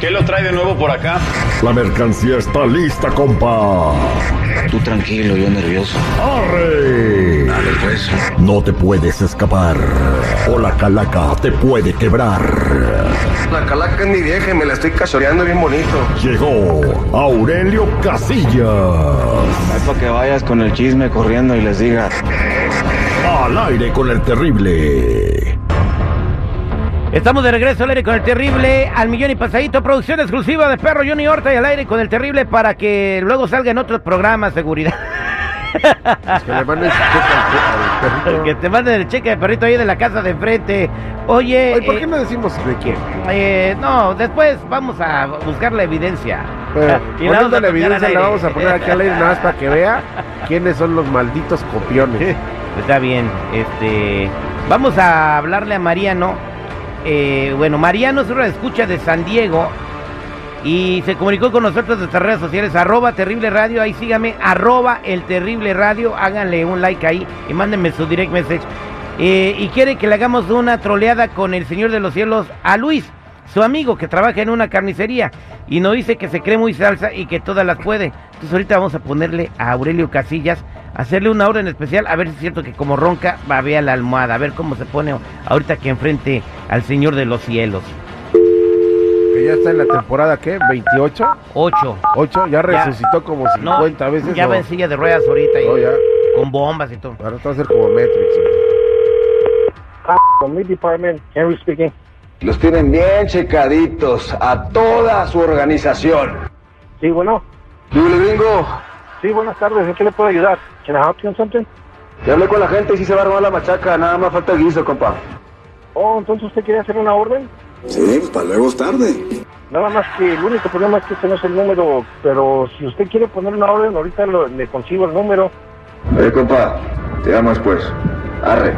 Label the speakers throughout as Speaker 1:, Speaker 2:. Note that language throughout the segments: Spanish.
Speaker 1: ¿Qué lo trae de nuevo por acá?
Speaker 2: La mercancía está lista, compa.
Speaker 3: Tú tranquilo, yo nervioso.
Speaker 2: ¡Arre!
Speaker 3: Dale, pues.
Speaker 2: No te puedes escapar. O la calaca te puede quebrar.
Speaker 4: La calaca es mi vieja y me la estoy cachoreando bien bonito.
Speaker 2: Llegó Aurelio Casillas.
Speaker 3: Es para que vayas con el chisme corriendo y les digas.
Speaker 2: Al aire con el terrible.
Speaker 5: Estamos de regreso al aire con el terrible, al millón y pasadito, producción exclusiva de Perro Johnny Horta y al aire con el terrible para que luego salga en otros programas, seguridad.
Speaker 6: Que le manden su cheque al pe- al perrito.
Speaker 5: que te manden el cheque de perrito ahí de la casa de enfrente. Oye,
Speaker 6: Oye, ¿por qué
Speaker 5: eh,
Speaker 6: no decimos de quién?
Speaker 5: eh, no, después vamos a buscar la evidencia.
Speaker 6: Bueno,
Speaker 5: Y la vamos
Speaker 6: poniendo
Speaker 5: a
Speaker 6: la
Speaker 5: poner al
Speaker 6: evidencia
Speaker 5: aire.
Speaker 6: la vamos a poner aquí al aire nada más para que vea quiénes son los malditos copiones.
Speaker 5: Está bien, este. Vamos a hablarle a Mariano. Eh, bueno, Mariano es una escucha de San Diego y se comunicó con nosotros desde las redes sociales, arroba terrible radio, ahí síganme, arroba el terrible radio, háganle un like ahí y mándenme su direct message. Eh, y quiere que le hagamos una troleada con el Señor de los Cielos a Luis, su amigo que trabaja en una carnicería y nos dice que se cree muy salsa y que todas las puede. Entonces ahorita vamos a ponerle a Aurelio Casillas, hacerle una orden especial, a ver si es cierto que como ronca babea la almohada, a ver cómo se pone ahorita que enfrente al Señor de los Cielos.
Speaker 6: Que ya está en la temporada, ¿qué? ¿28?
Speaker 5: 8.
Speaker 6: ¿8? Ya resucitó como 50 veces.
Speaker 5: Ya
Speaker 6: ¿o?
Speaker 5: va en silla de ruedas ahorita y
Speaker 6: No, ya.
Speaker 5: con bombas y todo.
Speaker 6: Ahora te va a ser como Matrix. güey.
Speaker 7: From Meat Department, Henry speaking.
Speaker 4: Los tienen bien checaditos a toda su organización.
Speaker 7: Sí, bueno.
Speaker 4: Dile, gringo,
Speaker 7: Sí, buenas tardes. ¿En qué le puedo ayudar? Can I help you on something?
Speaker 4: ya hablé con la gente y sí se va a armar la machaca, nada más falta el guiso, compa.
Speaker 7: Oh, entonces usted quiere hacer una orden.
Speaker 8: Sí, para luego es tarde.
Speaker 7: Nada más que el único problema es que este no es el número, pero si usted quiere poner una orden, ahorita lo- le consigo el número,
Speaker 4: Eh, compa, te llamo después. Arre.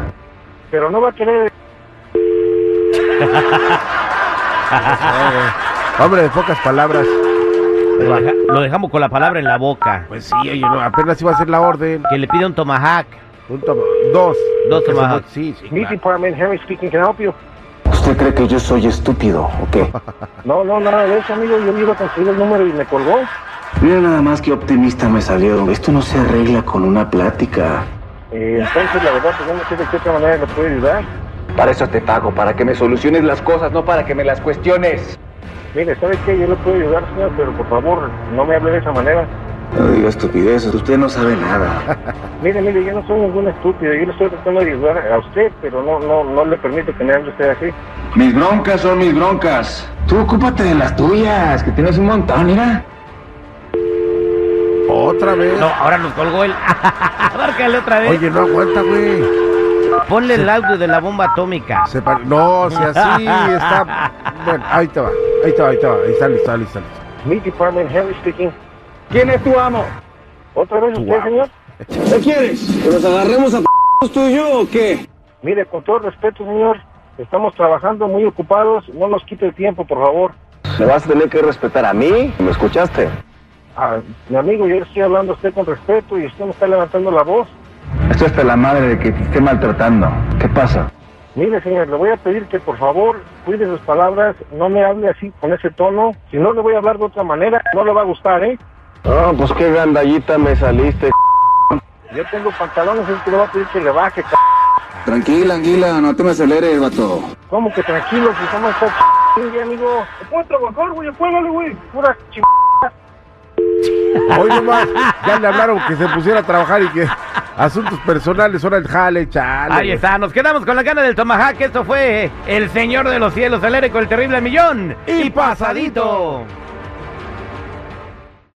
Speaker 7: pero no va a querer.
Speaker 6: Hombre, de pocas palabras.
Speaker 5: Lo, deja- lo dejamos con la palabra en la boca.
Speaker 6: Pues sí, oye, no, apenas iba a hacer la orden.
Speaker 5: Que le pida un tomahawk.
Speaker 6: Un toma- dos.
Speaker 5: Dos
Speaker 6: Que se
Speaker 5: tomadas.
Speaker 6: mo- Sí, sí.
Speaker 7: Meat
Speaker 6: claro.
Speaker 7: Department, Henry speaking. Can I help you?
Speaker 3: ¿Usted cree que yo soy estúpido o qué?
Speaker 7: No, no, nada de eso, amigo. Yo me iba a conseguir el número y me colgó.
Speaker 3: Mira nada más qué optimista me salieron. Esto no se arregla con una plática.
Speaker 7: Eh, entonces, la verdad, pues yo no sé de qué otra manera le puedo ayudar.
Speaker 4: Para eso te pago, para que me soluciones las cosas, no para que me las cuestiones.
Speaker 7: Mire, ¿sabe qué? Yo le puedo ayudar, señor, pero por favor, no me hable de esa manera.
Speaker 3: No diga estupideces, usted no sabe nada.
Speaker 7: Mire, mire, yo no soy ningún estúpido, yo le estoy tratando de ayudar a usted, pero no, no, no le permito que me hable usted así.
Speaker 4: Mis broncas son mis broncas.
Speaker 3: Tú ocúpate de las tuyas, que tienes un montón, mira.
Speaker 6: Otra vez.
Speaker 5: No, ahora nos colgó él. Márcale otra vez.
Speaker 6: Oye, no aguanta, güey.
Speaker 5: Ponle el audio de la bomba atómica.
Speaker 6: Se pa- No, si así está. Bueno, ahí te va. Ahí te va, ahí te va. Ahí está listo, ahí está listo.
Speaker 7: Meat Department, Henry speaking.
Speaker 4: ¿Quién es tu amo?
Speaker 7: ¿Otra vez usted, señor?
Speaker 8: ¿Qué quieres? ¿Que nos agarremos a p***os tú y yo o qué?
Speaker 7: Mire, con todo respeto, señor, estamos trabajando muy ocupados, no nos quite el tiempo, por favor.
Speaker 4: Me vas a tener que respetar a mí. ¿Me escuchaste?
Speaker 7: Ah, mi amigo, yo le estoy hablando a usted con respeto y usted me está levantando la voz.
Speaker 4: Esto hasta la madre de que te esté maltratando. ¿Qué pasa?
Speaker 7: Mire, señor, le voy a pedir que por favor cuide sus palabras, no me hable así con ese tono. Si no, le voy a hablar de otra manera, no le va a gustar, ¿eh?
Speaker 4: Ah, pues qué gandallita me saliste.
Speaker 7: Yo tengo pantalones, es que le voy a pedir que le baje, c
Speaker 8: Tranquila, anguila, no te me aceleres, vato.
Speaker 7: ¿Cómo que tranquilo? Si estamos está ch... amigo. Te puedes trabajar, güey. Apágale, güey. Pura ch...
Speaker 6: Hoy nomás ya le hablaron que se pusiera a trabajar y que asuntos personales, ahora el jale, chale.
Speaker 5: Ahí está, nos quedamos con la gana del Tomahawk. Esto fue El Señor de los Cielos, el aire con el terrible al millón.
Speaker 6: Y pasadito.